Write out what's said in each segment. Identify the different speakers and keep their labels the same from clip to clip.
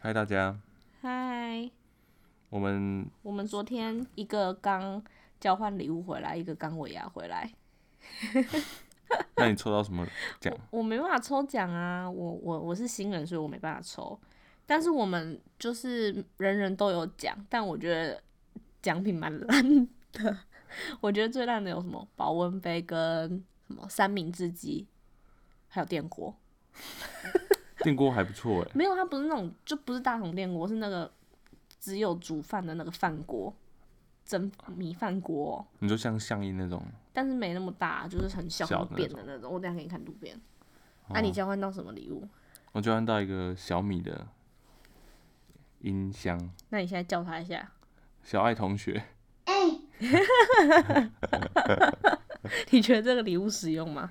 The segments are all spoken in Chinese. Speaker 1: 嗨，大家，
Speaker 2: 嗨，
Speaker 1: 我们
Speaker 2: 我们昨天一个刚交换礼物回来，一个刚尾牙回来，
Speaker 1: 那你抽到什么奖？
Speaker 2: 我没办法抽奖啊，我我我是新人，所以我没办法抽。但是我们就是人人都有奖，但我觉得奖品蛮烂的。我觉得最烂的有什么保温杯跟什么三明治机，还有电锅。
Speaker 1: 电锅还不错哎、
Speaker 2: 没有，它不是那种，就不是大桶电锅，是那个只有煮饭的那个饭锅，蒸米饭锅哦、
Speaker 1: 你说像象印那种，
Speaker 2: 但是没那么大，就是很小
Speaker 1: 小的哦
Speaker 2: 很扁的那种。我等一下给你看图片。那、你交换到什么礼物？
Speaker 1: 我就按到一个小米的音箱，
Speaker 2: 那你现在叫他一下，
Speaker 1: 小爱同学，
Speaker 2: 你觉得这个礼物实用吗？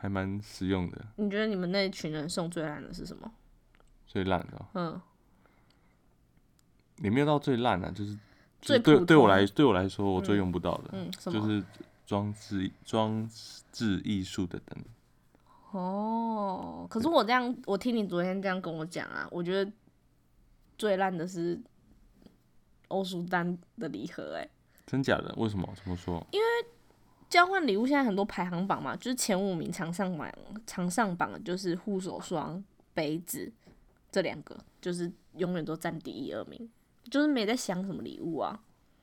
Speaker 1: 还蛮实用的，
Speaker 2: 你觉得你们那群人送最烂的是什么？
Speaker 1: 最烂的哦、
Speaker 2: 嗯，
Speaker 1: 也没有到最烂啊，就是就
Speaker 2: 最
Speaker 1: 是对
Speaker 2: 普
Speaker 1: 对我
Speaker 2: 通
Speaker 1: 来对我来说我最用不到的，
Speaker 2: 嗯，什么？
Speaker 1: 就是装置装置艺术的灯，
Speaker 2: 哦，可是我这样，我听你昨天这样跟我讲啊，我觉得最烂的是欧舒丹的礼盒、欸，
Speaker 1: 真假的？为什么？怎么说？
Speaker 2: 交换礼物现在很多排行榜嘛，就是前五名常上榜，常上榜的就是护手霜、杯子这两个，就是永远都占第一二名，就是没在想什么礼物啊，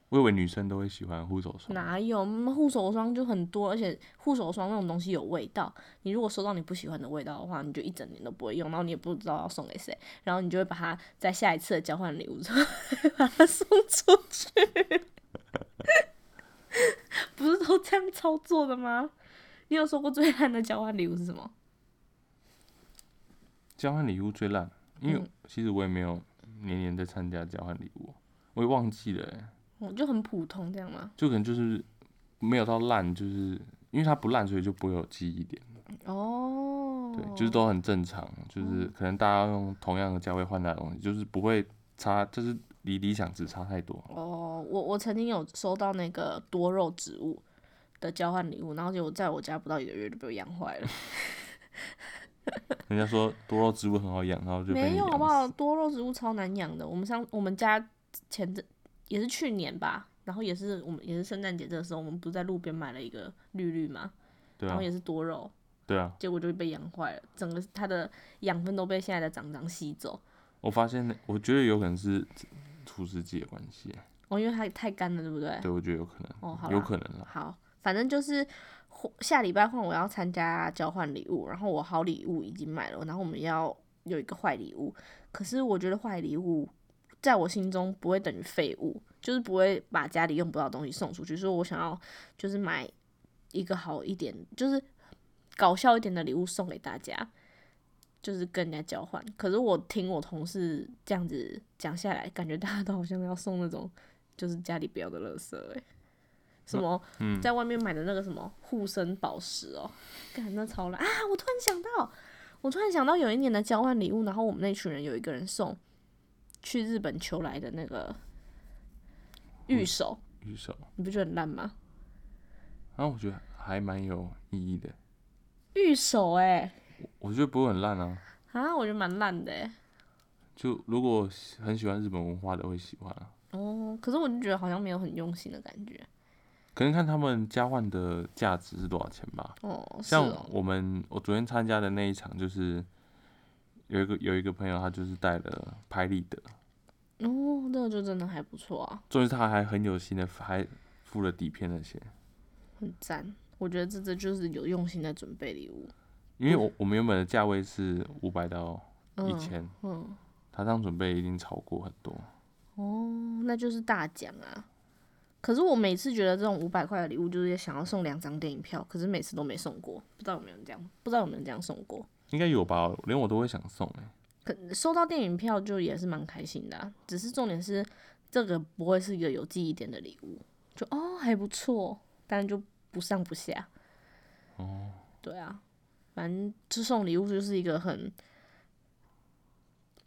Speaker 1: 我以为女生都会喜欢护手霜，
Speaker 2: 哪有嗯护手霜就很多，而且护手霜那种东西有味道，你如果收到你不喜欢的味道的话，你就一整年都不会用，然后你也不知道要送给谁，然后你就会把它在下一次的交换礼物中 把它送出去， 不是都这样操作的吗？你有收过最烂的交换礼物是什么？
Speaker 1: 交换礼物最烂，因
Speaker 2: 嗯
Speaker 1: 为其实我也没有年年在参加交换礼物，我也忘记了、欸。
Speaker 2: 我哦就很普通这样吗？
Speaker 1: 就可能就是没有到烂，就是因为它不烂，所以就不会有记忆点。
Speaker 2: 哦，嗯
Speaker 1: 对，就是都很正常，就是可能大家用同样的价位换来的东西，就是不会差，就是离理想值差太多。
Speaker 2: 哦，我我曾经有收到那个多肉植物的交换礼物，然后结果在我家不到一个月就被我养坏了。
Speaker 1: 人家说多肉植物很好养，然后就被
Speaker 2: 没
Speaker 1: 你
Speaker 2: 有好不
Speaker 1: 养
Speaker 2: 好？
Speaker 1: 死。
Speaker 2: 多肉植物超难养的。我们上我们家前阵也是去年吧，然后也是我们也是圣诞节这个时候，我们不是在路边买了一个绿绿嘛，
Speaker 1: 对
Speaker 2: 然
Speaker 1: 啊
Speaker 2: 后，也是多肉，
Speaker 1: 对啊，
Speaker 2: 结果就被养坏了，整个它的养分都被现在的长长吸走。
Speaker 1: 我发现，我觉得有可能是除湿机的关系，
Speaker 2: 哦，因为它太干了，对不对？
Speaker 1: 对我觉得有可能，
Speaker 2: 哦，好啦，
Speaker 1: 有可能啦。
Speaker 2: 好，反正就是或下礼拜换我要参加交换礼物，然后我好礼物已经买了，然后我们要有一个坏礼物。可是我觉得坏礼物在我心中不会等于废物，就是不会把家里用不到的东西送出去，所以我想要就是买一个好一点，就是搞笑一点的礼物送给大家。就是跟人家交换，可是我听我同事这样子讲下来，感觉大家都好像要送那种就是家里不要的垃圾、欸，什么
Speaker 1: 嗯，
Speaker 2: 在外面买的那个什么护身宝石哦， 干那超烂啊！我突然想到，我突然想到有一年的交换礼物，然后我们那群人有一个人送去日本求来的那个玉手，
Speaker 1: 预售，
Speaker 2: 你不觉得很烂吗？
Speaker 1: 然后啊我觉得还蛮有意义的，
Speaker 2: 玉手哎、
Speaker 1: 欸我觉得不会很烂啊。
Speaker 2: 啊，我觉得蛮烂的哎、
Speaker 1: 就如果喜很喜欢日本文化的会喜欢啊，
Speaker 2: 哦，可是我就觉得好像没有很用心的感觉
Speaker 1: 可能看他们交换的价值是多少钱吧。
Speaker 2: 哦，是
Speaker 1: 像
Speaker 2: 哦，
Speaker 1: 我们我昨天参加的那一场，就是有一个有一个朋友，他就是带了拍立得，
Speaker 2: 哦，那个就真的还不错啊，
Speaker 1: 重点是他还很有心的还付了底片那些，
Speaker 2: 很赞。我觉得这这就是有用心在准备礼物，
Speaker 1: 因为我我们原本的价位是五百到一
Speaker 2: 嗯
Speaker 1: 千、
Speaker 2: 嗯，
Speaker 1: 他这样准备已经超过很多。
Speaker 2: 哦，那就是大奖啊！可是我每次觉得这种五百块的礼物，就是想要送两张电影票，可是每次都没送过，不知道有没有人这样，不知道有没有人这样送过。
Speaker 1: 应该有吧，连我都会想送哎、
Speaker 2: 可收到电影票就也是蛮开心的啊、只是重点是这个不会是一个有记忆点的礼物，就哦还不错，但就不上不下。哦，对啊，反正就送礼物就是一个很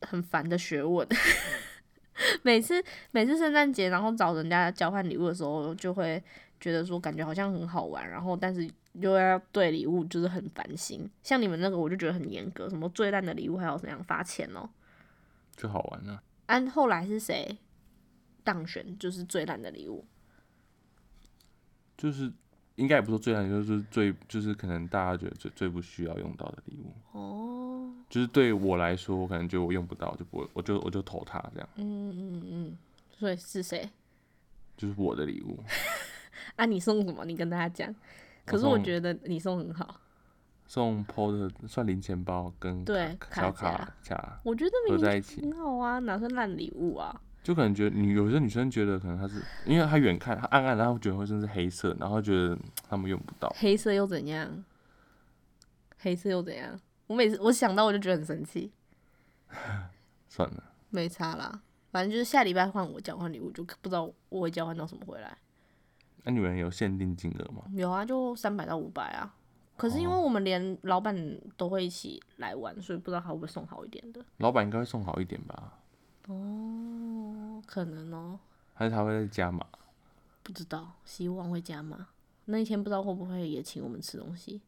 Speaker 2: 很烦的学问。 每次每次圣诞节，然后找人家交换礼物的时候，就会觉得说感觉好像很好玩，然后但是又要对礼物就是很烦心。像你们那个，我就觉得很严格，什么最烂的礼物还有怎样罚钱哦、
Speaker 1: 就好玩啊了、
Speaker 2: 按后来是谁当选就是最烂的礼物？
Speaker 1: 就是应该也不是最烂，就是最就是可能大家觉得最最不需要用到的礼物，
Speaker 2: 哦，
Speaker 1: 就是对我来说，我可能觉得我用不到，就不会，我就我就投它这样，
Speaker 2: 嗯嗯嗯，所以是谁？
Speaker 1: 就是我的礼物。
Speaker 2: 啊，你送什么？你跟大家讲。可是
Speaker 1: 送
Speaker 2: 我觉得你送很好，
Speaker 1: 送 PO 的算零钱包跟
Speaker 2: 对
Speaker 1: 卡小
Speaker 2: 卡夹
Speaker 1: 卡卡
Speaker 2: 我觉得
Speaker 1: 合
Speaker 2: 明
Speaker 1: 在
Speaker 2: 明
Speaker 1: 一起，
Speaker 2: 很好啊，哪算烂礼物啊？
Speaker 1: 就可能觉得女有些女生觉得可能她是因为她远看她暗暗的，她会觉得会真是黑色，然后觉得嗯她们用不到。
Speaker 2: 黑色又怎样？黑色又怎样？我每次我想到我就觉得很生气，
Speaker 1: 算了，
Speaker 2: 没差啦。反正就是下礼拜换我交换礼物，就不知道我会交换到什么回来。
Speaker 1: 那你们有限定金额吗？
Speaker 2: 有啊，就三百到五百啊。可是因为我们连老板都会一起来玩，所以不知道他会不会送好一点的。
Speaker 1: 老板应该会送好一点吧？
Speaker 2: 哦，可能哦，
Speaker 1: 还是他会再加码？
Speaker 2: 不知道，希望会加码。那一天不知道会不会也请我们吃东西，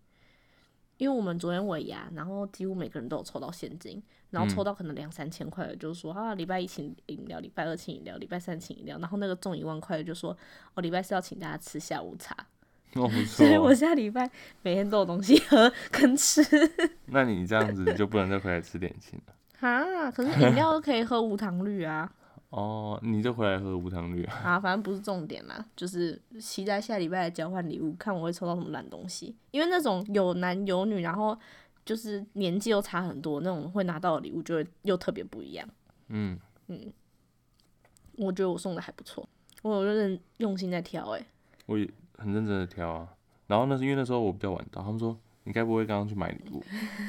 Speaker 2: 因为我们昨天尾牙，然后几乎每个人都有抽到现金，然后抽到可能两三千块的，就是说、啊，礼拜一请饮料，礼拜二请饮料，礼拜三请饮料，然后那个中一万块的就说哦，礼拜四要请大家吃下午茶，
Speaker 1: 哦，不错
Speaker 2: 所以我
Speaker 1: 哦。
Speaker 2: 下礼拜每天都有东西喝跟吃。
Speaker 1: 那你这样子就不能再回来吃点心了。
Speaker 2: 啊，可是饮料都可以喝无糖绿啊！
Speaker 1: 哦，你就回来喝无糖绿啊。
Speaker 2: 啊，反正不是重点啦，就是期待下礼拜的交换礼物，看我会抽到什么烂东西。因为那种有男有女，然后就是年纪又差很多那种，会拿到的礼物就会又特别不一样。
Speaker 1: 嗯，
Speaker 2: 我觉得我送的还不错，我有认用心在挑诶、欸
Speaker 1: 我也很认真的挑啊。然后那是因为那时候我比较晚到，他们说你该不会刚刚去买礼物？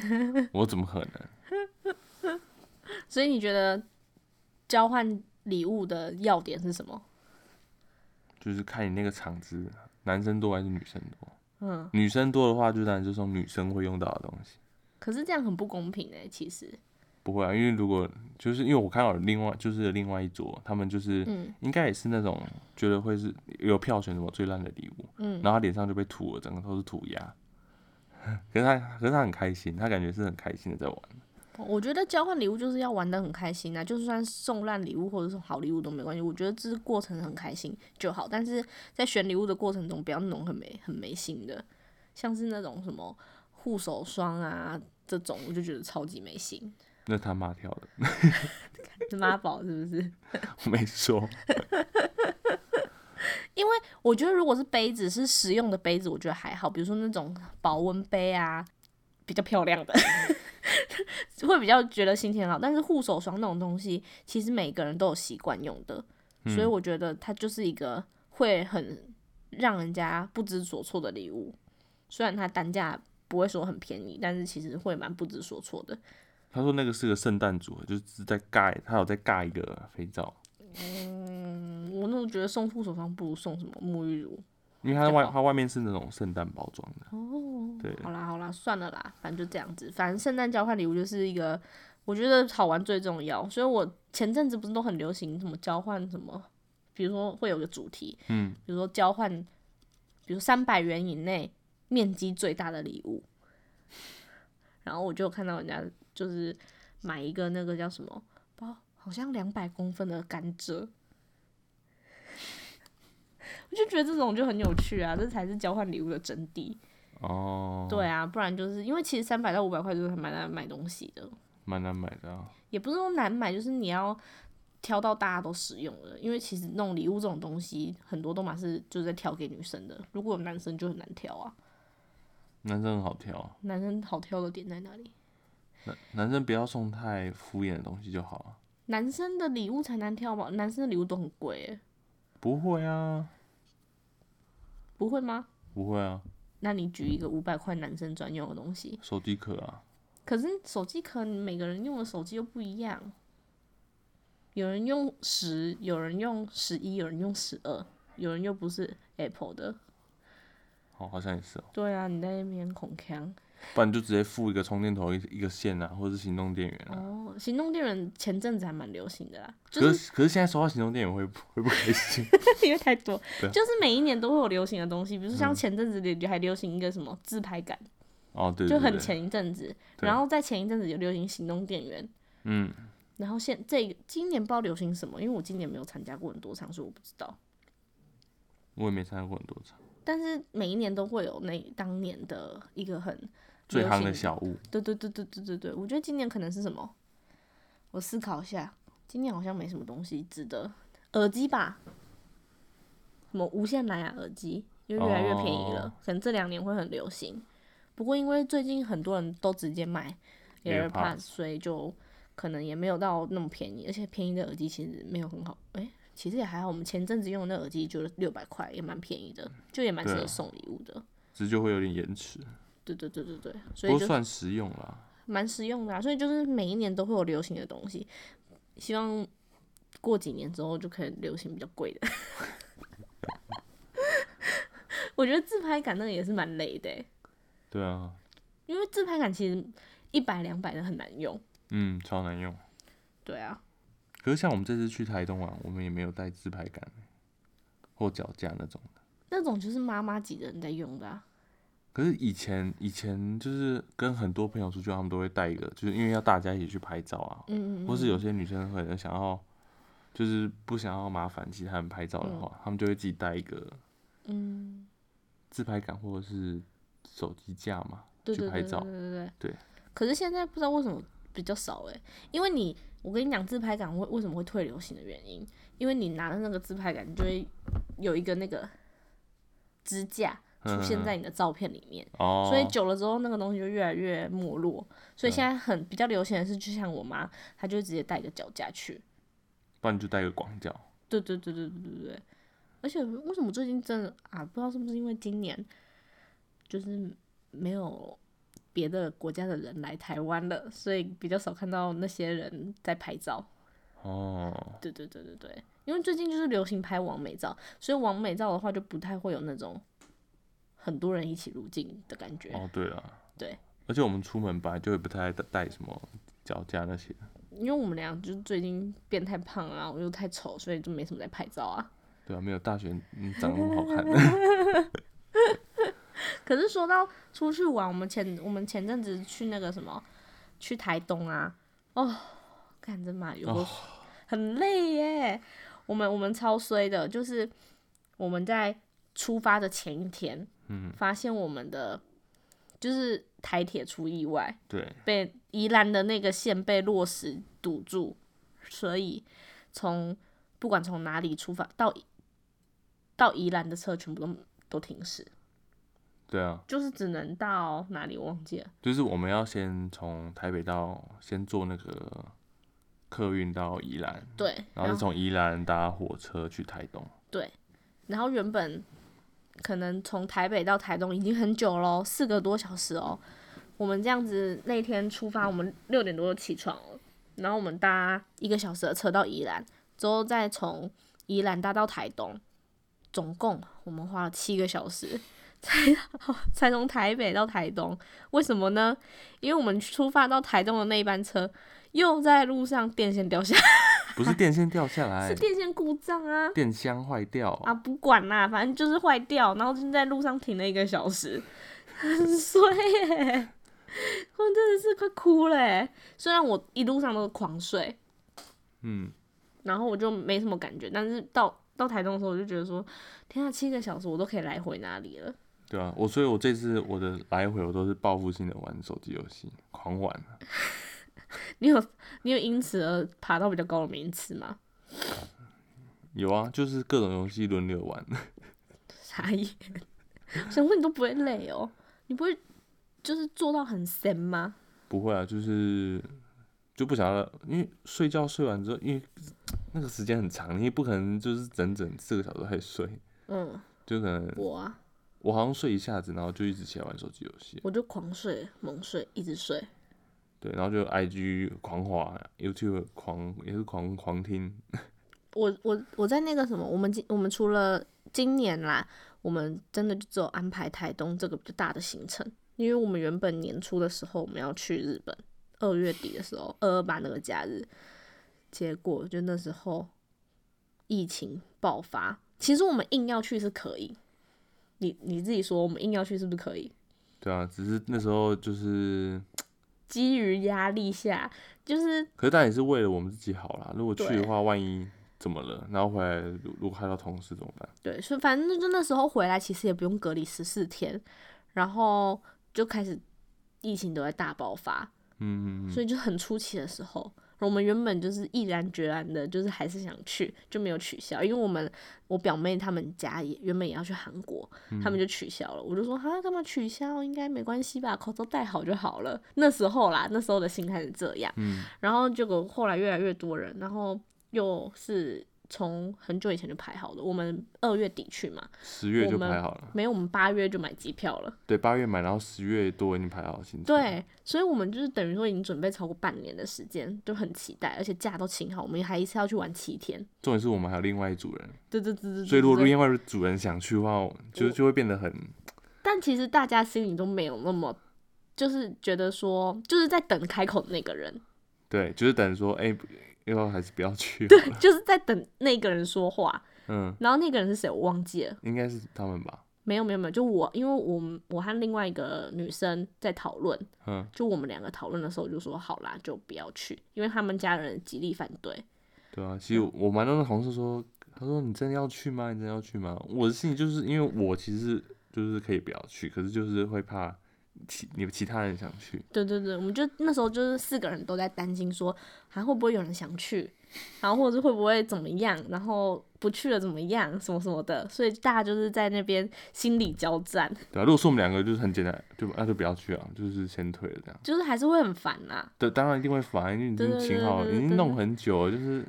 Speaker 1: 我怎么可能？
Speaker 2: 所以你觉得交换礼物的要点是什么？
Speaker 1: 就是看你那个场子，男生多还是女生多？
Speaker 2: 嗯，
Speaker 1: 女生多的话，就当然就送女生会用到的东西。
Speaker 2: 可是这样很不公平诶、其实，
Speaker 1: 不会啊，因为如果就是因为我看到另外就是另外一桌，他们就是、
Speaker 2: 嗯
Speaker 1: 应该也是那种觉得会是有票选什么最烂的礼物，
Speaker 2: 嗯，
Speaker 1: 然后他脸上就被涂了，整个都是涂鸦。可是他可是他很开心，他感觉是很开心的在玩。
Speaker 2: 我觉得交换礼物就是要玩的很开心啊，就算送烂礼物或者送好礼物都没关系，我觉得这是过程很开心就好。但是在选礼物的过程中，不要那种很没很没心的，像是那种什么护手霜啊这种，我就觉得超级没心，
Speaker 1: 那他妈跳的，
Speaker 2: 是妈宝是不是？
Speaker 1: 我没说。
Speaker 2: 我觉得如果是杯子是实用的杯子，我觉得还好，比如说那种保温杯啊，比较漂亮的， 会比较觉得心情很好。但是护手霜那种东西，其实每个人都有习惯用的，所以我觉得它就是一个会很让人家不知所措的礼物。虽然它单价不会说很便宜，但是其实会蛮不知所措的。
Speaker 1: 他说那个是个圣诞组合，就是在盖，他有在盖一个肥皂，
Speaker 2: 嗯，我那我觉得送护手霜不如送什么沐浴乳。
Speaker 1: 因为他外
Speaker 2: 这样
Speaker 1: 他外面是那种圣诞包装的。
Speaker 2: 哦，
Speaker 1: 对
Speaker 2: 好啦好啦，算了啦，反正就这样子。反正圣诞交换礼物就是一个，我觉得好玩最重要。所以我前阵子不是都很流行什么交换什么，比如说会有个主题，
Speaker 1: 嗯，
Speaker 2: 比如说交换，比如三百元以内面积最大的礼物。然后我就看到人家就是买一个那个叫什么包，好像两百公分的甘蔗。 我就觉得这种就很有趣啊，这才是交换礼物的真谛。
Speaker 1: 哦，
Speaker 2: 对，啊，不然就是因为其实三百到五百块就是还蛮难买东西的，
Speaker 1: 蛮难买的、啊。
Speaker 2: 也不是说难买，就是你要挑到大家都使用的。因为其实弄礼物这种东西，很多都嘛是就是在挑给女生的，如果有男生就很难挑啊。
Speaker 1: 男生很好挑啊，
Speaker 2: 男生好挑的点在哪里？
Speaker 1: 男男生不要送太敷衍的东西就好啊了。
Speaker 2: 男生的礼物才难挑吧？男生的礼物都很贵、欸，
Speaker 1: 不会啊，
Speaker 2: 不会吗？
Speaker 1: 不会啊，
Speaker 2: 那你举一个五百块男生专用的东西，
Speaker 1: 手机壳啊，
Speaker 2: 可是手机壳你每个人用的手机又不一样，有人用十，有人用十一，有人用十二，有人又不是 Apple 的。
Speaker 1: 哦，好像也是哦。
Speaker 2: 对啊，你在那边恐腔
Speaker 1: 不然就直接附一个充电头一一个线啊，或者是行动电源啊。
Speaker 2: 哦。行动电源前阵子还蛮流行的啦，就
Speaker 1: 可
Speaker 2: 是
Speaker 1: 是可是现在收到行动电源会不会不开 心，
Speaker 2: 因为太多，
Speaker 1: 对啊
Speaker 2: 就是每一年都会有流行的东西，比如说像前阵子流还流行一个什么自拍杆，
Speaker 1: 哦对对
Speaker 2: 就
Speaker 1: 对，
Speaker 2: 很前一阵子，
Speaker 1: 对
Speaker 2: 然后在前一阵子有流行行动电源，
Speaker 1: 嗯，
Speaker 2: 然后现这个今年不知道流行什么，因为我今年没有参加过很多场，所以我不知道。
Speaker 1: 我也没参加过很多场。
Speaker 2: 但是每一年都会有那当年的一个很
Speaker 1: 最
Speaker 2: 流
Speaker 1: 夯的
Speaker 2: 行
Speaker 1: 小物，
Speaker 2: 对对对对对对对，我觉得今年可能是什么？我思考一下，今年好像没什么东西值得。耳机吧，什么无线蓝牙耳机，因为越来越便宜了，
Speaker 1: 哦
Speaker 2: 可能这两年会很流行。不过因为最近很多人都直接买
Speaker 1: AirPods
Speaker 2: AirPods，所以就可能也没有到那么便宜，而且便宜的耳机其实没有很好，诶、其实也还好。我们前阵子用的那耳机就六百块，也蛮便宜的，就也蛮适
Speaker 1: 对
Speaker 2: 合
Speaker 1: 啊
Speaker 2: 送礼物的。
Speaker 1: 只是就会有点延迟，
Speaker 2: 对对对对对，所以
Speaker 1: 不
Speaker 2: 就
Speaker 1: 过算实用啦。
Speaker 2: 蛮实用的、啊，所以就是每一年都会有流行的东西，希望过几年之后就可以流行比较贵的。 我觉得自拍杆那个也是蛮累的欸、
Speaker 1: 对啊，
Speaker 2: 因为自拍杆其实一百两百的很难用。
Speaker 1: 嗯，超难用。
Speaker 2: 对啊，
Speaker 1: 可是像我们这次去台东玩，我们也没有带自拍杆、或脚架那种的。
Speaker 2: 那种就是妈妈级的人在用的、啊。
Speaker 1: 可是以前以前就是跟很多朋友出去，他们都会带一个，就是因为要大家一起去拍照啊，
Speaker 2: 嗯嗯
Speaker 1: 或是有些女生可能想要，就是不想要麻烦其他人拍照的话，他们就会自己带一个
Speaker 2: 嗯，
Speaker 1: 自拍杆或者是手机架嘛，
Speaker 2: 对
Speaker 1: 去
Speaker 2: 对
Speaker 1: 拍
Speaker 2: 对对
Speaker 1: 照
Speaker 2: 对。对
Speaker 1: 对。
Speaker 2: 可是现在不知道为什么比较少哎、因为你，我跟你讲，自拍杆为为什么会退流行的原因，因为你拿的那个自拍杆你就会有一个那个支架出现在你的照片里面，
Speaker 1: 嗯哦，
Speaker 2: 所以久了之后那个东西就越来越没落。所
Speaker 1: 对
Speaker 2: 以现在很比较流行的是，就像我妈，她就直接带一个脚架去。
Speaker 1: 不然你就带个广角。
Speaker 2: 对对对对对对对。而且为什么最近真的啊，不知道是不是因为今年就是没有别的国家的人来台湾了，所以比较少看到那些人在拍照。
Speaker 1: 哦，
Speaker 2: 对对对对对，因为最近就是流行拍完美照，所以完美照的话就不太会有那种很多人一起入镜的感觉，
Speaker 1: 哦，对了，
Speaker 2: 对，
Speaker 1: 而且我们出门本来就也不太带带什么脚架那些，
Speaker 2: 因为我们俩就是最近变太胖啊，我又太丑，所以就没什么在拍照啊。
Speaker 1: 对啊，没有大学嗯长得那么好看，
Speaker 2: 可是说到出去玩，我们前我们前阵子去那个什么，去台东啊，哦，看真嘛有够、
Speaker 1: 哦
Speaker 2: 很累耶。我们我们超衰的，就是我们在出发的前一天，
Speaker 1: 嗯，
Speaker 2: 发现我们的就是台铁出意外，
Speaker 1: 对，
Speaker 2: 被宜兰的那个线被落石堵住，所以从不管从哪里出发到到宜兰的车全部都都停驶，
Speaker 1: 对啊，
Speaker 2: 就是只能到哪里我忘记了，
Speaker 1: 就是我们要先从台北到先坐那个客运到宜兰，
Speaker 2: 对，
Speaker 1: 然后再从宜兰搭火车去台东，
Speaker 2: 对，然后原本可能从台北到台东已经很久喽，四个多小时哦。我们这样子那天出发，我们六点多就起床了，然后我们搭一个小时的车到宜兰，之后再从宜兰搭到台东，总共我们花了七个小时。 才才从台北到台东，为什么呢？因为我们出发到台东的那一班车又在路上电线掉下来，
Speaker 1: 不是电线掉下来
Speaker 2: 是，电线故障啊！
Speaker 1: 电箱坏掉，
Speaker 2: 啊，不管啦，反正就是坏掉，然后就在路上停了一个小时，很衰耶、我真的是快哭了、欸。虽然我一路上都是狂睡，
Speaker 1: 嗯，
Speaker 2: 然后我就没什么感觉，但是到到台东的时候，我就觉得说，天啊，七个小时我都可以来回哪里了？
Speaker 1: 对啊，我所以，我这次我的来回我都是报复性的玩手机游戏，狂玩啊，
Speaker 2: 你有你有因此而爬到比较高的名次吗？
Speaker 1: 有啊，就是各种游戏轮流玩，
Speaker 2: 傻眼，想说你都不会累哦、你不会就是做到很神吗？
Speaker 1: 不会啊，就是就不想要，因为睡觉睡完之后，因为那个时间很长，你也不可能就是整整四个小时还睡，
Speaker 2: 嗯，
Speaker 1: 就可能
Speaker 2: 我啊，
Speaker 1: 我好像睡一下子，然后就一直起来玩手机游戏，
Speaker 2: 我就狂睡、猛睡、一直睡。
Speaker 1: 对，然后就 IG 狂滑，YouTube 狂也是狂狂听，
Speaker 2: 我我我在那个什么，我们今我们除了今年啦，我们真的就只有安排台东这个比较大的行程，因为我们原本年初的时候我们要去日本，二月底的时候二二八那个假日，结果就那时候疫情爆发，其实我们硬要去是可以，你你自己说我们硬要去是不是可以？
Speaker 1: 对啊，只是那时候就是
Speaker 2: 基于压力下，就是
Speaker 1: 可是但也是为了我们自己好啦。如果去
Speaker 2: 对
Speaker 1: 的话，万一怎么了，然后回来如如果害到同事怎么办？
Speaker 2: 对，所以反正就那时候回来，其实也不用隔离十四天，然后就开始疫情都在大爆发，
Speaker 1: 嗯，嗯嗯
Speaker 2: 所以就很出奇的时候，我们原本就是毅然决然的，就是还是想去，就没有取消，因为我们我表妹他们家也原本也要去韩国，
Speaker 1: 嗯
Speaker 2: 他们就取消了。我就说哈，干嘛取消？应该没关系吧，口罩戴好就好了。那时候啦，那时候的心态是这样。
Speaker 1: 嗯
Speaker 2: 然后结果后来越来越多人，然后又是从很久以前就排好的，我们二月底去嘛，
Speaker 1: 十月
Speaker 2: 我
Speaker 1: 就
Speaker 2: 们
Speaker 1: 排好了，
Speaker 2: 没有我们八月就买机票了。
Speaker 1: 对，八月买，然后十月多已经排好了行程。，
Speaker 2: 对，所以我们就是等于说已经准备超过半年的时间，就很期待，而且假都请好，我们还一次要去玩七天。
Speaker 1: 重点是我们还有另外一组人，
Speaker 2: 对对对对。
Speaker 1: 所以如果
Speaker 2: 对
Speaker 1: 另外一组人想去的话，就
Speaker 2: 我
Speaker 1: 就会变得很
Speaker 2: 但其实大家心里都没有那么，就是觉得说，就是在等开口的那个人，
Speaker 1: 对，就是等于说，哎、不要不要还是不要去好了。
Speaker 2: 就是在等那个人说话。
Speaker 1: 嗯，
Speaker 2: 然后那个人是谁我忘记了，
Speaker 1: 应该是他们吧。
Speaker 2: 没有没有没有，就我，因为我们我和另外一个女生在讨论，
Speaker 1: 嗯，
Speaker 2: 就我们两个讨论的时候就说好啦，就不要去，因为他们家人极力反对。
Speaker 1: 对啊，其实我蛮多的同事说，他说你真的要去吗？你真的要去吗？我的心里就是因为我其实就是可以不要去，可是就是会怕其你们其他人想去，
Speaker 2: 对对对，我们就那时候就是四个人都在担心说，还、会不会有人想去，然后或者是会不会怎么样，然后不去了怎么样，什么什么的，所以大家就是在那边心理交战，
Speaker 1: 对啊，如果是我们两个，就是很简单，就那、就不要去啊，就是先退了这样。
Speaker 2: 就是还是会很烦呐、
Speaker 1: 对，当然一定会烦，因为你已
Speaker 2: 对
Speaker 1: 经
Speaker 2: 对
Speaker 1: 请
Speaker 2: 对
Speaker 1: 好了，
Speaker 2: 对
Speaker 1: 已经
Speaker 2: 对
Speaker 1: 弄
Speaker 2: 对
Speaker 1: 很久了，就是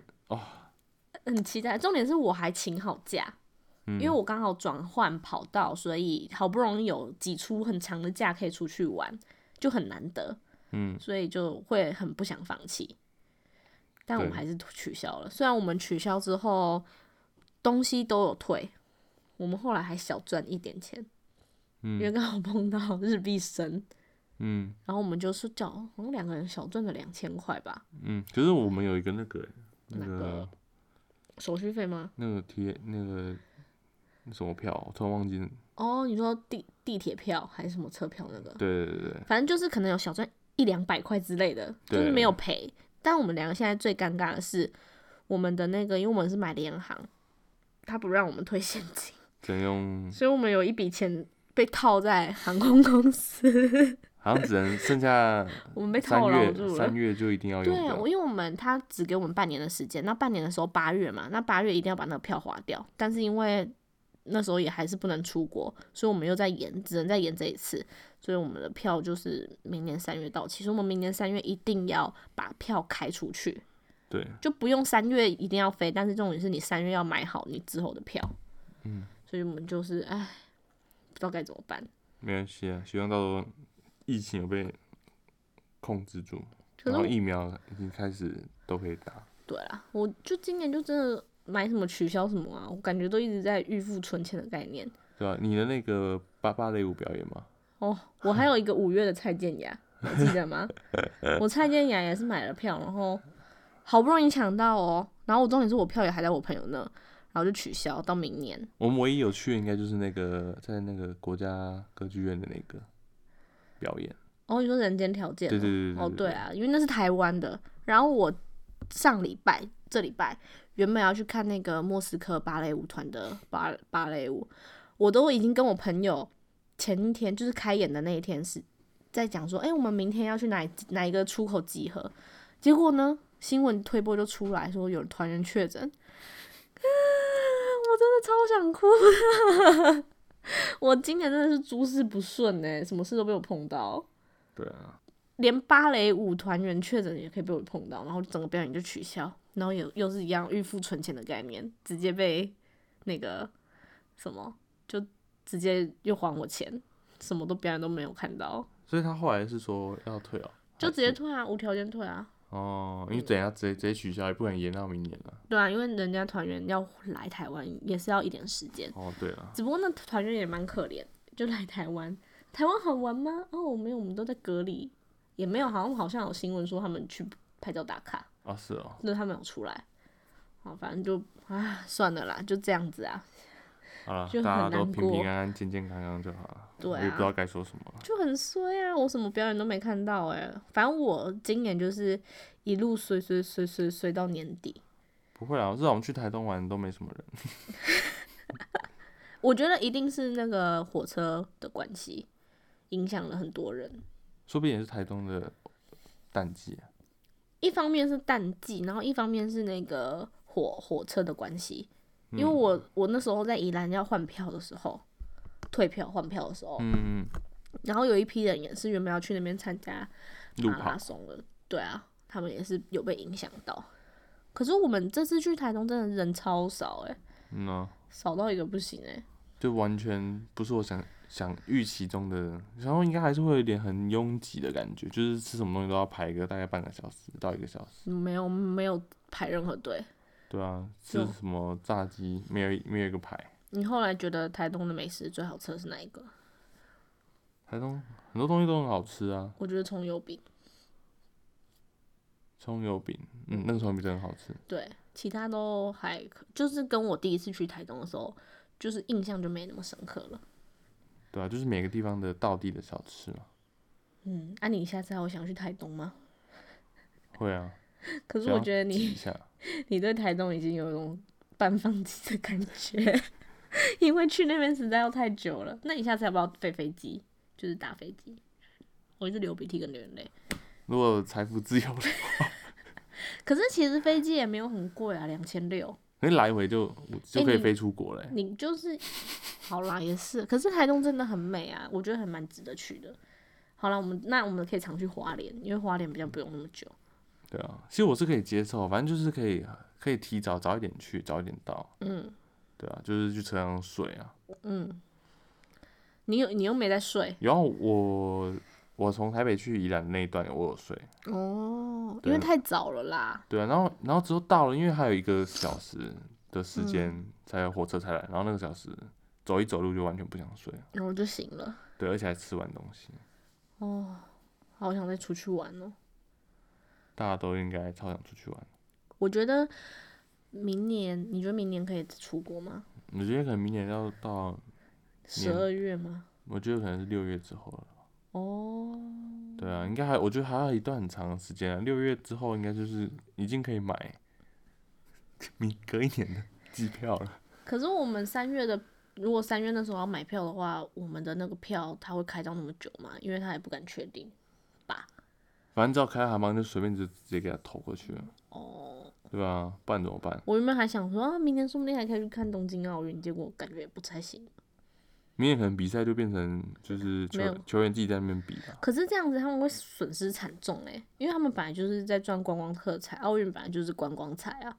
Speaker 2: 很期待。重点是我还请好假，
Speaker 1: 嗯
Speaker 2: 因为我刚好转换跑道，所以好不容易有挤出很长的假可以出去玩，就很难得，
Speaker 1: 嗯，
Speaker 2: 所以就会很不想放弃。但我们
Speaker 1: 对
Speaker 2: 还是取消了，虽然我们取消之后东西都有退，我们后来还小赚一点钱，因为
Speaker 1: 嗯
Speaker 2: 刚好碰到日币升，
Speaker 1: 嗯
Speaker 2: 然后我们就是叫好像两个人小赚了两千块吧，
Speaker 1: 嗯。可是我们有一个那个、那
Speaker 2: 哪
Speaker 1: 个
Speaker 2: 个手续费吗？
Speaker 1: 那个贴那个那什么票，我突然忘记了。
Speaker 2: 哦，你说地地铁票还是什么车票那个？
Speaker 1: 对对对对，
Speaker 2: 反正就是可能有小赚一两百块之类的，就
Speaker 1: 对
Speaker 2: 是没有赔。但我们两个现在最尴尬的是，我们的那个，因为我们是买联行，他不让我们退现金，
Speaker 1: 只能用
Speaker 2: 所以我们有一笔钱被套在航空公司，
Speaker 1: 好像只能剩下
Speaker 2: 我们被
Speaker 1: 三
Speaker 2: 套牢
Speaker 1: 月，
Speaker 2: 住了
Speaker 1: 三。月就一定要哦用
Speaker 2: 对啊，
Speaker 1: 掉
Speaker 2: 我。因为我们他只给我们半年的时间，那半年的时候八月嘛，那八月一定要把那个票划掉，但是因为那时候也还是不能出国，所以我们又在延，只能再延这一次，所以我们的票就是明年三月到期，所以我们明年三月一定要把票开出去，
Speaker 1: 对，
Speaker 2: 就不用三月一定要飞，但是重点是你三月要买好你之后的票，
Speaker 1: 嗯，
Speaker 2: 所以我们就是唉，不知道该怎么办。
Speaker 1: 没关系啊，希望到时候疫情有被控制住，
Speaker 2: 可
Speaker 1: 然
Speaker 2: 是
Speaker 1: 后
Speaker 2: 我
Speaker 1: 疫苗已经开始都可以打。
Speaker 2: 对啦，我就今年就真的买什么取消什么啊，我感觉都一直在预付存钱的概念。
Speaker 1: 对啊，你的那个芭芭蕾舞表演嘛，
Speaker 2: 哦，我还有一个五月的蔡健雅，你记得吗？我蔡健雅也是买了票，然后好不容易抢到哦，然后我重点是我票也还在我朋友那，然后就取消到明年。
Speaker 1: 我们唯一有去的应该就是那个在那个国家歌剧院的那个表演。
Speaker 2: 哦，你说人间条件、哦？
Speaker 1: 对对对对
Speaker 2: 哦，对啊，因为那是台湾的。然后我上礼拜、这礼拜原本要去看那个莫斯科芭蕾舞团的芭芭蕾舞，我都已经跟我朋友前一天就是开演的那一天是在讲说，哎、我们明天要去哪一哪一个出口集合。结果呢，新闻推播就出来说有团员确诊，啊我真的超想哭的。 我今年真的是诸事不顺哎、什么事都被我碰到。
Speaker 1: 对啊，
Speaker 2: 连芭蕾舞团员确诊也可以被我碰到，然后整个表演就取消，然后又又是一样预付存钱的概念，直接被那个什么就直接又还我钱，什么都表演都没有看到，
Speaker 1: 所以他后来是说要退哦，
Speaker 2: 就
Speaker 1: 还
Speaker 2: 直接
Speaker 1: 是
Speaker 2: 退啊，无条件退啊，
Speaker 1: 哦，因为等一下直接直接取消，也不可能延到明年了。
Speaker 2: 对啊，因为人家团员要来台湾也是要一点时间，
Speaker 1: 哦，对了，
Speaker 2: 只不过那团员也蛮可怜，就来台湾，台湾好玩吗？哦，没有，我们都在隔离，也没有，好像好像有新闻说他们去拍照打卡，
Speaker 1: 啊是哦，
Speaker 2: 那他们有出来，好，反正就啊，算了啦，就这样子啊。
Speaker 1: 好了，
Speaker 2: 就
Speaker 1: 大家
Speaker 2: 很
Speaker 1: 都
Speaker 2: 难
Speaker 1: 平平
Speaker 2: 过
Speaker 1: 安安、健健康康就好了。
Speaker 2: 对
Speaker 1: 我也不知
Speaker 2: 啊
Speaker 1: 道该说什么了。
Speaker 2: 就很衰啊！我什么表演都没看到哎、反正我今年就是一路衰衰衰衰衰到年底。
Speaker 1: 不会啊，至少我们去台东玩都没什么人。
Speaker 2: 我觉得一定是那个火车的关系，影响了很多人。
Speaker 1: 说不定也是台东的淡季、啊。
Speaker 2: 一方面是淡季，然后一方面是那个火火车的关系。因为
Speaker 1: 嗯
Speaker 2: 我我那时候在宜兰要换票的时候，退票换票的时候，
Speaker 1: 嗯，
Speaker 2: 然后有一批人也是原本要去那边参加
Speaker 1: 嗯路
Speaker 2: 马
Speaker 1: 跑
Speaker 2: 拉松的，对啊，他们也是有被影响到。可是我们这次去台东真的人超少、欸，
Speaker 1: 嗯、啊，
Speaker 2: 少到一个不行、欸，
Speaker 1: 就完全不是我想想预期中的，然后应该还是会有一点很拥挤的感觉，就是吃什么东西都要排个大概半个小时到一个小时。
Speaker 2: 没有没有排任何队。
Speaker 1: 对啊，吃
Speaker 2: 就
Speaker 1: 什么炸鸡没有没有一个排。
Speaker 2: 你后来觉得台东的美食最好吃的是哪一个？
Speaker 1: 台东很多东西都很好吃啊，
Speaker 2: 我觉得葱油饼，
Speaker 1: 葱油饼，嗯，那个葱油饼真的很好吃。
Speaker 2: 对，其他都还可，就是跟我第一次去台东的时候，就是印象就没那么深刻了。
Speaker 1: 对啊，就是每个地方的道地的小吃嘛。
Speaker 2: 嗯，那、你下次还会想去台东吗？
Speaker 1: 会啊，
Speaker 2: 可是
Speaker 1: 想
Speaker 2: 我
Speaker 1: 要
Speaker 2: 觉得
Speaker 1: 记
Speaker 2: 你
Speaker 1: 一下。
Speaker 2: 你对台东已经有一种半放弃的感觉， 因为去那边实在要太久了。那你下次要不要飞飞机？就是打飞机？我一直流鼻涕跟流眼泪。
Speaker 1: 如果有财富自由了，
Speaker 2: 可是其实飞机也没有很贵啊，两千六。
Speaker 1: 可是来回就我就
Speaker 2: 诶
Speaker 1: 可以
Speaker 2: 你
Speaker 1: 飞出国嘞、
Speaker 2: 哎你就是好啦，也是。可是台东真的很美啊，我觉得还蛮值得去的。好啦，我们那我们可以常去花莲，因为花莲比较不用那么久。
Speaker 1: 对啊，其实我是可以接受，反正就是可以可以提早早一点去，早一点到。
Speaker 2: 嗯
Speaker 1: 对啊，就是去车上睡啊。
Speaker 2: 嗯，你有你又没在睡
Speaker 1: 然后我我从台北去宜兰那一段我有睡，
Speaker 2: 哦，因
Speaker 1: 对
Speaker 2: 为太早了啦。
Speaker 1: 对啊，然后然后之后到了，因为还有一个小时的时间才有火车才来，然后那个小时走一走路就完全不想睡了，
Speaker 2: 然后就醒了。
Speaker 1: 对，而且还吃完东西，
Speaker 2: 哦，好想再出去玩哦。
Speaker 1: 大家都应该超想出去玩。
Speaker 2: 我觉得明年，你觉得明年可以出国吗？
Speaker 1: 我觉得可能明年要到，
Speaker 2: 十二月吗？
Speaker 1: 我觉得可能是六月之后了。
Speaker 2: 哦，
Speaker 1: 对啊，应该还，我觉得还有一段很长的时间啊。六月之后应该就是已经可以 买明隔一年的机票了。
Speaker 2: 可是我们三月的，如果三月那时候要买票的话，我们的那个票他会开到那么久吗？因为他也不敢确定。
Speaker 1: 反正只要开航班就随便就直接给它投过去了，
Speaker 2: 哦，
Speaker 1: 对吧、不然怎么办？
Speaker 2: 我原本还想说，啊、明年说不定还可以去看东京奥运，结果感觉也不太行。
Speaker 1: 明年可能比赛就变成就是球
Speaker 2: 没有
Speaker 1: 球员自己在那边比啊了。
Speaker 2: 可是这样子他们会损失惨重诶、因为他们本来就是在赚观光特产，奥运本来就是观光彩啊，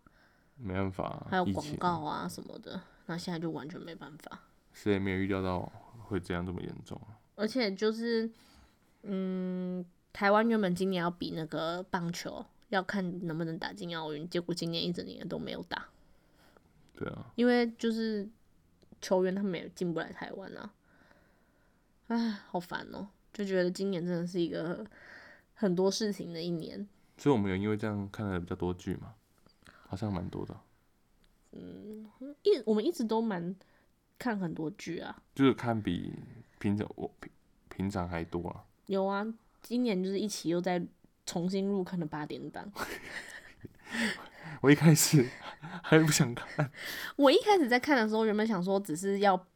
Speaker 1: 没办法啊，
Speaker 2: 还有
Speaker 1: 疫
Speaker 2: 广
Speaker 1: 情
Speaker 2: 告啊什么的，那现在就完全没办法。
Speaker 1: 谁也没有预料到会这样这么严重啊。
Speaker 2: 而且就是，嗯，台湾原本今年要比那个棒球，要看能不能打进奥运，结果今年一整年都没有打，
Speaker 1: 对啊，
Speaker 2: 因为就是球员他们也进不来台湾啊，唉，好烦哦、就觉得今年真的是一个很多事情的一年，
Speaker 1: 所以我们有因为这样看了比较多剧嘛，好像蛮多的，
Speaker 2: 一我们一直都蛮看很多剧啊，
Speaker 1: 就是看比平常我平平常还多啊。
Speaker 2: 有啊，今年就是一起又在重新入坑的八点档，
Speaker 1: 我一开始 还不想看，
Speaker 2: 我一开始在看的时候，原本想说只是要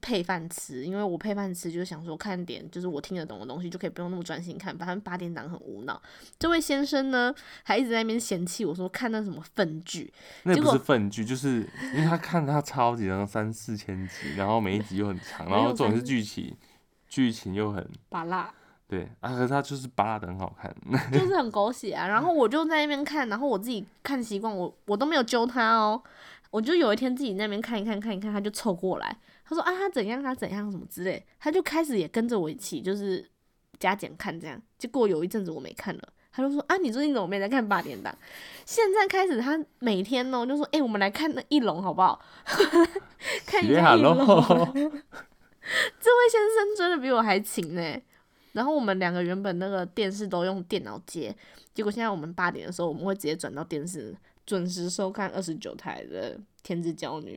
Speaker 2: 配饭吃，因为我配饭吃就是想说看点就是我听得懂的东西，就可以不用那么专心看。反正八点档很无脑。这位先生呢，还一直在那边嫌弃我说看那什么粪剧，
Speaker 1: 那也
Speaker 2: 结
Speaker 1: 不
Speaker 2: 果
Speaker 1: 是粪剧，就是因为他看他超级长，三四千集，然后每一集又很长，
Speaker 2: 没
Speaker 1: 然
Speaker 2: 有
Speaker 1: 后重点
Speaker 2: 三
Speaker 1: 是剧情，剧情又很
Speaker 2: 巴拉
Speaker 1: 对啊，可是他就是扒拉的很好看，
Speaker 2: 就是很狗血啊。然后我就在那边看，然后我自己看习惯，我我都没有揪他哦。我就有一天自己那边看一看看一看，他就凑过来，他说啊他怎样他怎样什么之类，他就开始也跟着我一起就是加减看这样。结果有一阵子我没看了。他就说啊，你最近怎么没在看八点档？现在开始，他每天呢就说，哎、我们来看那一龙好不好？ 看一下一龙。
Speaker 1: 咯
Speaker 2: 这位先生真的比我还勤呢、然后我们两个原本那个电视都用电脑接，结果现在我们八点的时候，我们会直接转到电视，准时收看二十九台的《天之娇女》。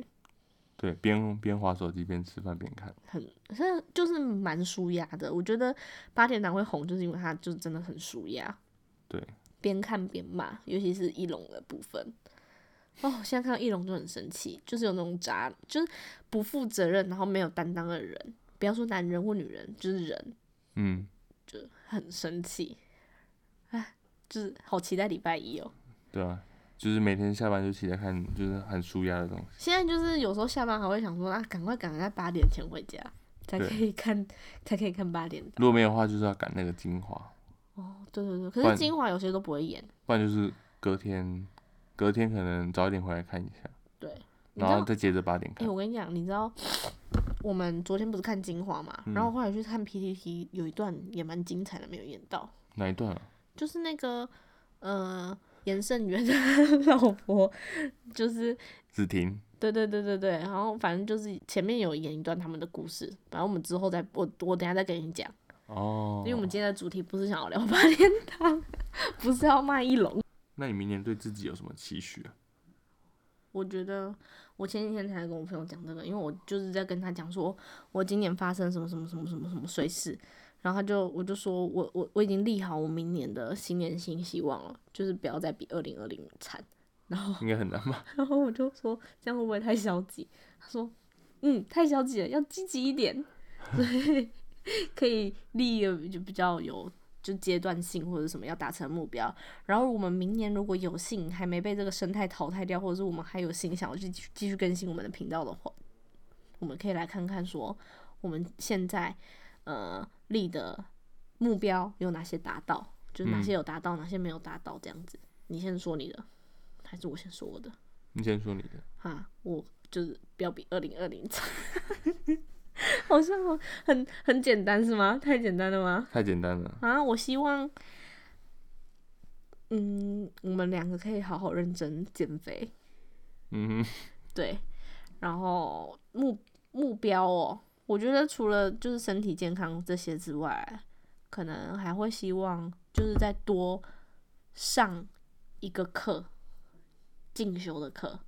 Speaker 1: 对，边边划手机边吃饭边看，
Speaker 2: 这就是蛮舒压的。我觉得八点档会红，就是因为它就是真的很舒压，
Speaker 1: 对，
Speaker 2: 边看边骂，尤其是一龙的部分。哦，现在看到一龙就很生气，就是有那种渣，就是不负责任，然后没有担当的人。不要说男人或女人，就是人，
Speaker 1: 嗯，
Speaker 2: 就很生气。哎，就是好期待礼拜一哦。
Speaker 1: 对啊，就是每天下班就起来看，就是很舒压的东西，
Speaker 2: 现在就是有时候下班还会想说，啊，赶快赶快在八点前回家，才
Speaker 1: 对
Speaker 2: 可以看， 才可以看八点档。
Speaker 1: 如果没有的话，就是要赶那个精华，
Speaker 2: 哦，对对对，
Speaker 1: 不
Speaker 2: 可
Speaker 1: 然
Speaker 2: 是精华有些都不会演，
Speaker 1: 不然就是隔天隔天可能早一点回来看一下，
Speaker 2: 对。你知
Speaker 1: 然
Speaker 2: 道
Speaker 1: 后再接着八点
Speaker 2: 哎、
Speaker 1: 看，
Speaker 2: 我跟你讲，你知道我们昨天不是看精华嘛？
Speaker 1: 嗯
Speaker 2: 然后后来去看 PTT，有一段也蛮精彩的，没有演到，
Speaker 1: 哪一段啊？
Speaker 2: 就是那个呃，严胜元的 老婆，就是
Speaker 1: 子婷，
Speaker 2: 对对对对对，然后反正就是前面有演一段他们的故事，反正我们之后再我我等一下再跟你讲，
Speaker 1: 哦
Speaker 2: 因为我，们今天的主题不是想要聊 八连堂，不是要卖一龙。
Speaker 1: 那你明年对自己有什么期许啊？
Speaker 2: 我觉得我前几天才跟我朋友讲这个，因为我就是在跟他讲说，我今年发生什么什么什么什么什么碎事，然后他就我就说我我我已经立好我明年的新年新希望了，就是不要再比二零二零惨。然后
Speaker 1: 应该很难吧？
Speaker 2: 然后我就说这样会不会太消极？他说嗯，太消极了，要积极一点， 所以可以立一个就比较有。就阶段性或者什么要达成目标，然后我们明年如果有幸还没被这个生态淘汰掉，或者是我们还有心想要去继续继续更新我们的频道的话，我们可以来看看说我们现在呃立的目标有哪些达到，就是哪
Speaker 1: 嗯
Speaker 2: 些有达到，哪些没有达到这样子。你先说你的，还是我先说我的？
Speaker 1: 你先说你的，
Speaker 2: 啊，我就是不要比二零二零差， 好像很很很简单是吗？太简单了吗？
Speaker 1: 太简单了，
Speaker 2: 啊，我希望，嗯，我们两个可以好好认真减肥，
Speaker 1: 嗯哼，
Speaker 2: 对，然后目目标哦，我觉得除了就是身体健康这些之外，可能还会希望就是再多上一个课，进修的课，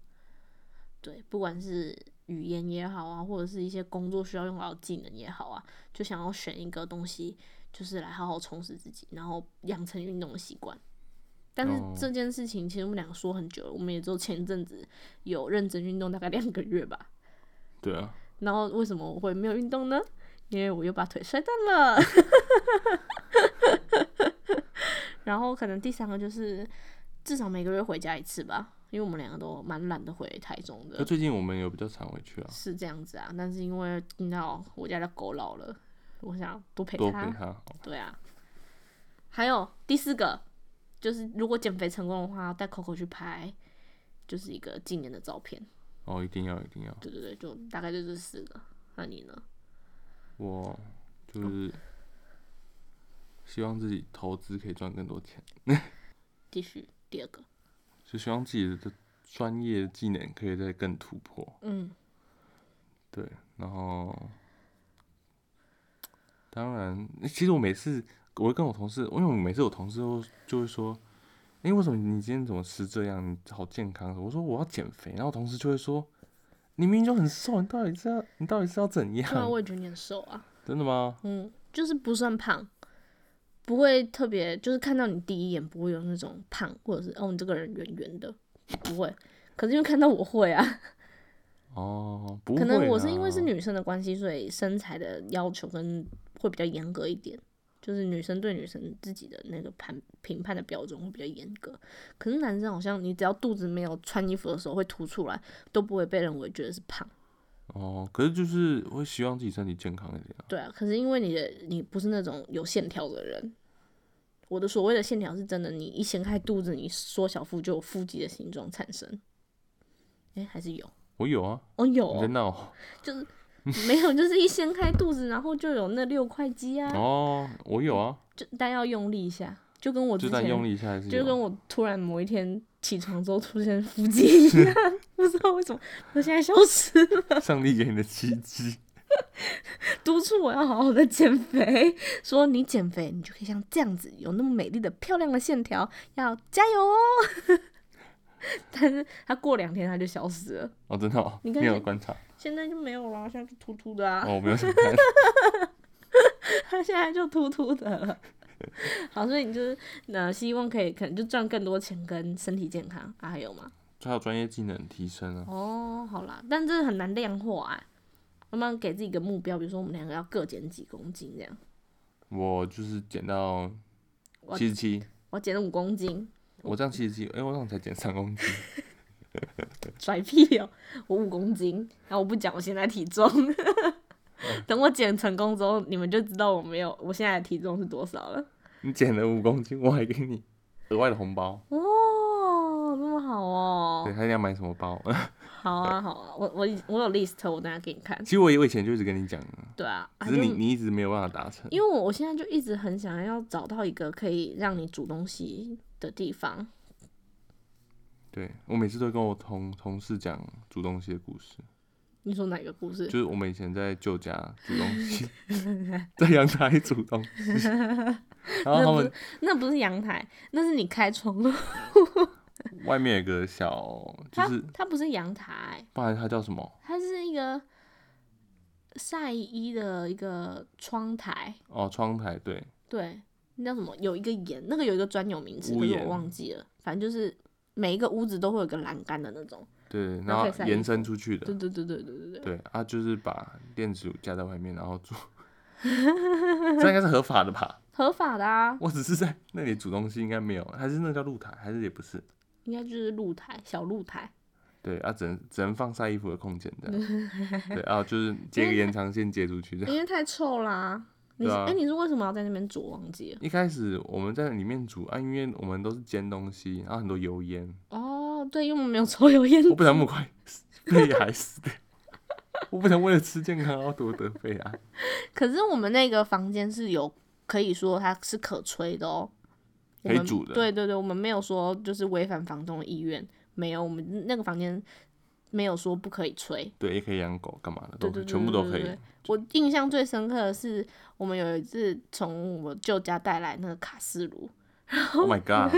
Speaker 2: 对，不管是语言也好啊，或者是一些工作需要用到的技能也好啊，就想要选一个东西，就是来好好充实自己，然后养成运动的习惯。但是
Speaker 1: 哦
Speaker 2: 这件事情其实我们两个说很久了，我们也就前阵子有认真运动大概两个月吧。
Speaker 1: 对啊，
Speaker 2: 然后为什么我会没有运动呢？因为我又把腿摔断了。 然后可能第三个就是至少每个月回家一次吧，因为我们两个都蛮懒得回台中
Speaker 1: 可
Speaker 2: 的，
Speaker 1: 最近我们有比较常回去啊，
Speaker 2: 是这样子啊。但是因为你知道我家的狗老了，我想多陪
Speaker 1: 多
Speaker 2: 它
Speaker 1: 陪他好，
Speaker 2: 对啊，还有第四个就是如果减肥成功的话，要带 Coco 去拍，就是一个纪念的照片。
Speaker 1: 哦，一定要一定要，
Speaker 2: 对对对，就大概就这四个。那你呢？
Speaker 1: 我就是希望自己投资可以赚更多钱，
Speaker 2: 继续第二个。
Speaker 1: 就希望自己的专业技能可以再更突破，
Speaker 2: 嗯，
Speaker 1: 对，然后当然，其实我每次我会跟我同事，因为我每次我同事都就会说，哎、为什么你今天怎么吃这样？你好健康？我说我要减肥，然后我同事就会说，你明明就很瘦，你到底是要你到底是要怎
Speaker 2: 对啊，
Speaker 1: 样？
Speaker 2: 我也觉得你很瘦啊。
Speaker 1: 真的吗？
Speaker 2: 嗯，就是不算胖，不会特别，就是看到你第一眼不会有那种胖，或者是哦你这个人圆圆的，不会。可是因为看到我会啊，
Speaker 1: 哦，不会，
Speaker 2: 可能我是因为是，女生的关系，所以身材的要求跟会比较严格一点，就是女生对女生自己的那个判评判的标准会比较严格。可是男生好像你只要肚子没有穿衣服的时候会凸出来，都不会被认为觉得是胖。
Speaker 1: 哦，可是就是会希望自己身体健康一点、啊。
Speaker 2: 对啊，可是因为你的你不是那种有线条的人，我的所谓的线条是真的，你一掀开肚子，你缩小腹就有腹肌的形状产生。诶，还是有
Speaker 1: 我有啊，
Speaker 2: 哦，有
Speaker 1: 你在
Speaker 2: 哦
Speaker 1: 闹
Speaker 2: 就是没有，就是一掀开肚子，然后就有那六块肌啊，
Speaker 1: 哦，我有啊，
Speaker 2: 就但要用力一下，就跟我之
Speaker 1: 就算
Speaker 2: 前
Speaker 1: 用力哦一下还是
Speaker 2: 就
Speaker 1: 有
Speaker 2: 跟我突然某一天起床之后出现腹肌一样， 不知道为什么，我现在消失了。
Speaker 1: 上帝给你的奇迹。
Speaker 2: 督促我要好好的减肥，说你减肥，你就可以像这样子有那么美丽的、漂亮的线条，要加油哦。 但是它过两天它就消失了，
Speaker 1: 哦，真的、哦，
Speaker 2: 你
Speaker 1: 你
Speaker 2: 看
Speaker 1: 有
Speaker 2: 见
Speaker 1: 观察，
Speaker 2: 现在就没有了，现在就秃秃的啊，
Speaker 1: 哦，我没有想看，
Speaker 2: 它 现在就秃秃的了。好，所以你就是呃，希望可以可能就赚更多钱跟身体健康啊，还有吗？
Speaker 1: 还有专业技能提升啊，
Speaker 2: 哦，好啦，但这很难量化啊。慢慢给自己一个目标，比如说我们两个要各减几公斤这样，
Speaker 1: 我就是减到
Speaker 2: 我
Speaker 1: 七十七，
Speaker 2: 我减了五公斤，
Speaker 1: 我这样七十七，哎，我这样才减三公斤，
Speaker 2: 甩屁哦、我五公斤，然后我不讲我现在体重， 等我减成功之后，你们就知道我没有我现在的体重是多少了。
Speaker 1: 你减了五公斤，我还给你额外的红包，
Speaker 2: 哦，那么好哦
Speaker 1: 对，、看你要买什么包。
Speaker 2: 好啊好啊，我我已我有 list，我等下给你看
Speaker 1: 其。实我以我以前就一直跟你讲了，
Speaker 2: 对啊，啊
Speaker 1: 只是你
Speaker 2: 就
Speaker 1: 你一直没有办法达成。
Speaker 2: 因为我我现在就一直很想要找到一个可以让你煮东西的地方，
Speaker 1: 对我每次都跟我同同事讲煮东西的故事，
Speaker 2: 你说哪个故事
Speaker 1: 就？是我们以前在舅家煮东 西，在阳台煮东西，然后
Speaker 2: 那
Speaker 1: 他
Speaker 2: 不是
Speaker 1: 们
Speaker 2: 那不是阳台，那是你开窗的。
Speaker 1: 外面有个小，就
Speaker 2: 它
Speaker 1: 是
Speaker 2: 它不是阳台，
Speaker 1: 不然它叫什么？
Speaker 2: 它是一个晒衣的一个窗台。
Speaker 1: 哦，窗台对，
Speaker 2: 对，那叫什么？有一个檐，那个有一个专有名词，
Speaker 1: 屋
Speaker 2: 可是我
Speaker 1: 檐
Speaker 2: 忘记了。反正就是每一个屋子都会有个栏杆的那种。
Speaker 1: 对，
Speaker 2: 然后可以
Speaker 1: 然
Speaker 2: 晒
Speaker 1: 后
Speaker 2: 衣
Speaker 1: 延伸出去
Speaker 2: 对
Speaker 1: 的，
Speaker 2: 对对对对对对。
Speaker 1: 对啊，就是把电子炉架在外面，然后煮， 这应该是合法的吧？
Speaker 2: 合法的啊，
Speaker 1: 我只是在那里煮东西，应该没有，还是那个叫露台，还是也不是？
Speaker 2: 应该就是露台，小露台。
Speaker 1: 对啊，只能只能放晒衣服的空间这样。 对啊，就是接个延长线接出去这样。
Speaker 2: 因为太臭啦、你
Speaker 1: 啊对
Speaker 2: 是哎、
Speaker 1: 啊
Speaker 2: 你是为什么要在那边煮？忘记了。
Speaker 1: 一开始我们在里面煮啊，因为我们都是煎东西，然后很多油烟，
Speaker 2: 哦，对，因为我们没有抽油烟
Speaker 1: 我不想那么快 肺癌死 掉，我不想为了吃健康然后多得肺癌。
Speaker 2: 可是我们那个房间是有可以说它是可吹的哦，我
Speaker 1: 可以
Speaker 2: 们
Speaker 1: 煮的
Speaker 2: 对对对，我们没有说就是违反房东的意愿，没有，我们那个房间没有说不可以吹。
Speaker 1: 对，也可以养狗干嘛的，
Speaker 2: 对
Speaker 1: 都可
Speaker 2: 对
Speaker 1: 以，
Speaker 2: 对，
Speaker 1: 全部都可
Speaker 2: 对
Speaker 1: 以
Speaker 2: 对。对我印象最深刻的是，我们有一次从我舅家带来那个卡式炉，
Speaker 1: Oh my god！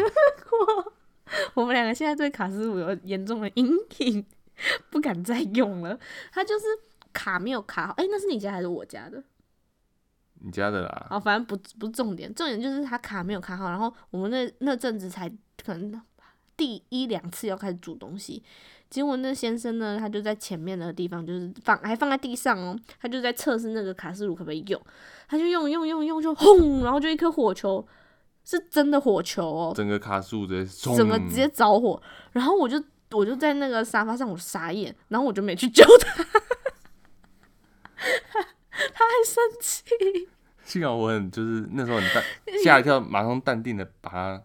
Speaker 2: 我们两个现在对卡式炉有严重的阴影， 不敢再用了。它就是卡没有卡好，哎、那是你家还是我家的？
Speaker 1: 你家的啦，
Speaker 2: 好，哦反正不不是重点，重点就是他卡没有卡好，然后我们那那阵子才可能第一两次要开始煮东西，结果那先生呢，他就在前面的地方就是放还放在地上哦，他就在测试那个卡式炉可不可以用，他就用用用用就轰，然后就一颗火球，是真的火球哦，
Speaker 1: 整个卡树直接冲，
Speaker 2: 整个直接着火，然后我就我就在那个沙发上，我傻眼，然后我就没去救他，他还生气。
Speaker 1: 幸好我很就是那时候很 淡，吓一跳，马上淡定的把它，
Speaker 2: 你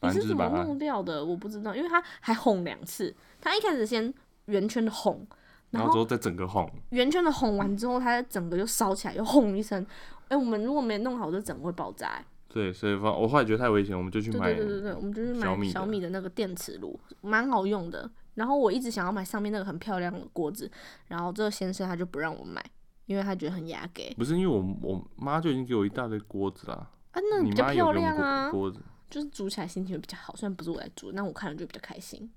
Speaker 1: 反正
Speaker 2: 是
Speaker 1: 就
Speaker 2: 怎么
Speaker 1: 把它
Speaker 2: 弄掉的？我不知道，因为他还哄两次，他一开始先圆圈的哄，然
Speaker 1: 然后之
Speaker 2: 后
Speaker 1: 后再整个哄，
Speaker 2: 圆圈的哄完之后，他整个又烧起来，又哄一声。哎、我们如果没弄好，就整个会爆炸、哎
Speaker 1: 对，所以放我后来觉得太危险，我们就去
Speaker 2: 对
Speaker 1: 买
Speaker 2: 对对对对，我们就是
Speaker 1: 小
Speaker 2: 买
Speaker 1: 米的
Speaker 2: 小米的那个电磁炉，蛮好用的。然后我一直想要买上面那个很漂亮的锅子，然后这个先生他就不让我买，因为他觉得很雅给
Speaker 1: 不是因为我我妈就已经给我一大堆锅子啦，
Speaker 2: 啊，那
Speaker 1: 你
Speaker 2: 比较
Speaker 1: 妈
Speaker 2: 漂
Speaker 1: 有
Speaker 2: 亮
Speaker 1: 用
Speaker 2: 啊
Speaker 1: 锅，锅子？
Speaker 2: 就是煮起来心情会比较好。虽然不是我来煮，但我看了就比较 开心。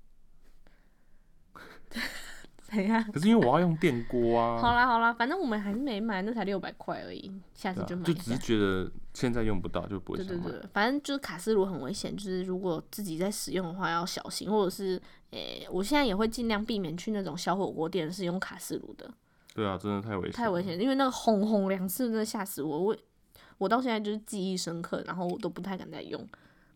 Speaker 2: 怎样？
Speaker 1: 可是因为我要用电锅
Speaker 2: 好
Speaker 1: 啊，
Speaker 2: 啦好啦，反正我们还是没买，那才六百块而已，下次
Speaker 1: 对啊
Speaker 2: 就买
Speaker 1: 就
Speaker 2: 一
Speaker 1: 只
Speaker 2: 下。
Speaker 1: 是觉得现在用不到，就不会
Speaker 2: 对
Speaker 1: 想
Speaker 2: 对
Speaker 1: 买。
Speaker 2: 对，反正就是卡式炉很危险，就是如果自己在使用的话要小心，或者是诶、我现在也会尽量避免去那种小火锅店是用卡式炉的，
Speaker 1: 对啊，真的太危险，
Speaker 2: 太危。险，因为那个轰轰两次真的吓死我，我我到现在就是记忆深刻，然后我都不太敢再用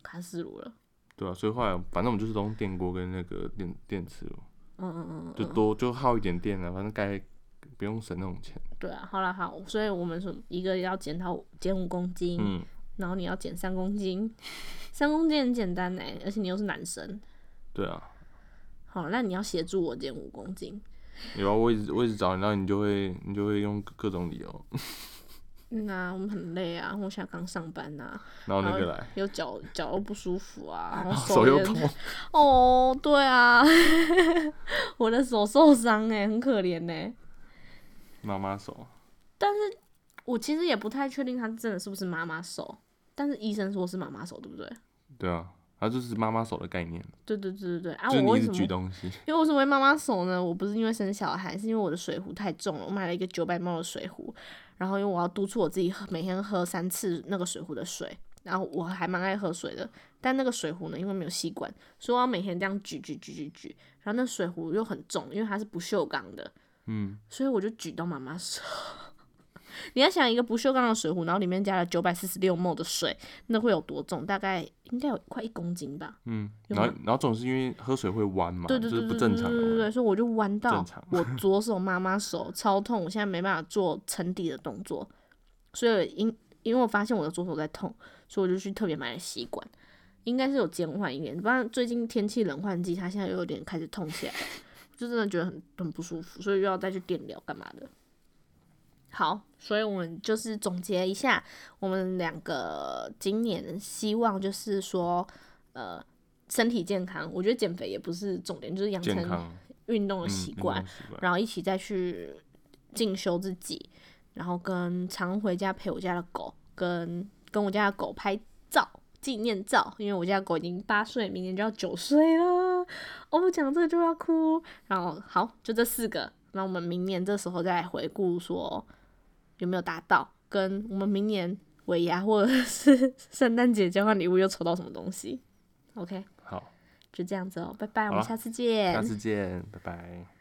Speaker 2: 卡式炉了。
Speaker 1: 对啊，所以后来反正我们就是都用电锅跟那个电电磁炉，
Speaker 2: 嗯嗯嗯
Speaker 1: 就多就耗一点电啊，反正该不用省那种钱。
Speaker 2: 嗯，对啊，好啦好，所以我们说一个要减到减五公斤，
Speaker 1: 嗯，
Speaker 2: 然后你要减三公斤，三公斤很简单哎、而且你又是男生。
Speaker 1: 对啊，
Speaker 2: 好，那你要协助我减五公斤。
Speaker 1: 有啊，我一直我一直找你，然后你就会你就会用各各种理由，
Speaker 2: 嗯啊，我们很累啊，我现在刚上班呐、啊，
Speaker 1: 然后那个
Speaker 2: 然后
Speaker 1: 来，
Speaker 2: 又脚脚又不舒服啊，然
Speaker 1: 然后
Speaker 2: 后
Speaker 1: 手又
Speaker 2: 也
Speaker 1: 痛，
Speaker 2: 哦，对啊， 我的手受伤哎、很可怜哎、
Speaker 1: 妈妈手，
Speaker 2: 我其实也不太确定它真的是不是妈妈手，但是医生说是妈妈手，对不对？
Speaker 1: 对啊，它就是妈妈手的概念，
Speaker 2: 对对对对对啊！
Speaker 1: 就是
Speaker 2: 我
Speaker 1: 你
Speaker 2: 为
Speaker 1: 一
Speaker 2: 什
Speaker 1: 直
Speaker 2: 么
Speaker 1: 举东西，
Speaker 2: 因为我是为妈妈手呢，我不是因为生小孩，是因为我的水壶太重了，我买了一个九百猫的水壶，然后因为我要督促我自己喝每天喝三次那个水壶的水，然后我还蛮爱喝水的，但那个水壶呢，因为没有吸管，所以我要每天这样举举举举举，然后那水壶又很重，因为它是不锈钢的，
Speaker 1: 嗯，
Speaker 2: 所以我就举到妈妈手。 你要想一个不锈钢的水壶，然后里面加了九百四十六 ml 的水，那会有多重？大概应该有快一公斤吧。
Speaker 1: 嗯，
Speaker 2: 有
Speaker 1: 然后
Speaker 2: 吗
Speaker 1: 然后总是因为喝水会弯嘛，
Speaker 2: 对对对
Speaker 1: 这
Speaker 2: 对
Speaker 1: 是不
Speaker 2: 对
Speaker 1: 正常
Speaker 2: 对对
Speaker 1: 的
Speaker 2: 对，
Speaker 1: 嘛，
Speaker 2: 所以我就弯到
Speaker 1: 正常
Speaker 2: 我左手妈妈手超痛，我现在没办法做沉底的动作，所以因因为我发现我的左手在痛，所以我就去特别买了吸管，应该是有减缓一点，不然最近天气冷换季，它现在又有点开始痛起来了，就真的觉得很很不舒服，所以又要再去电疗干嘛的。好，所以我们就是总结一下，我们两个今年希望就是说，呃，身体健康。我觉得减肥也不是重点，就是养
Speaker 1: 健
Speaker 2: 成
Speaker 1: 康
Speaker 2: 运动的
Speaker 1: 嗯
Speaker 2: 习
Speaker 1: 运
Speaker 2: 惯，
Speaker 1: 动习惯
Speaker 2: 然后一起再去进修自己，然后跟常回家陪我家的狗，跟跟我家的狗拍照纪念照，因为我家的狗已经八岁，明年就要九岁了。哦，讲这个就要哭。然后好，就这四个，那我们明年这时候再来回顾说有没有达到，跟我们明年尾牙或者是 圣诞节交换礼物又抽到什么东西。OK，
Speaker 1: 好，
Speaker 2: 就这样子哦，拜拜，我
Speaker 1: 好
Speaker 2: 们
Speaker 1: 啊
Speaker 2: 下次见。
Speaker 1: 下次见，拜拜。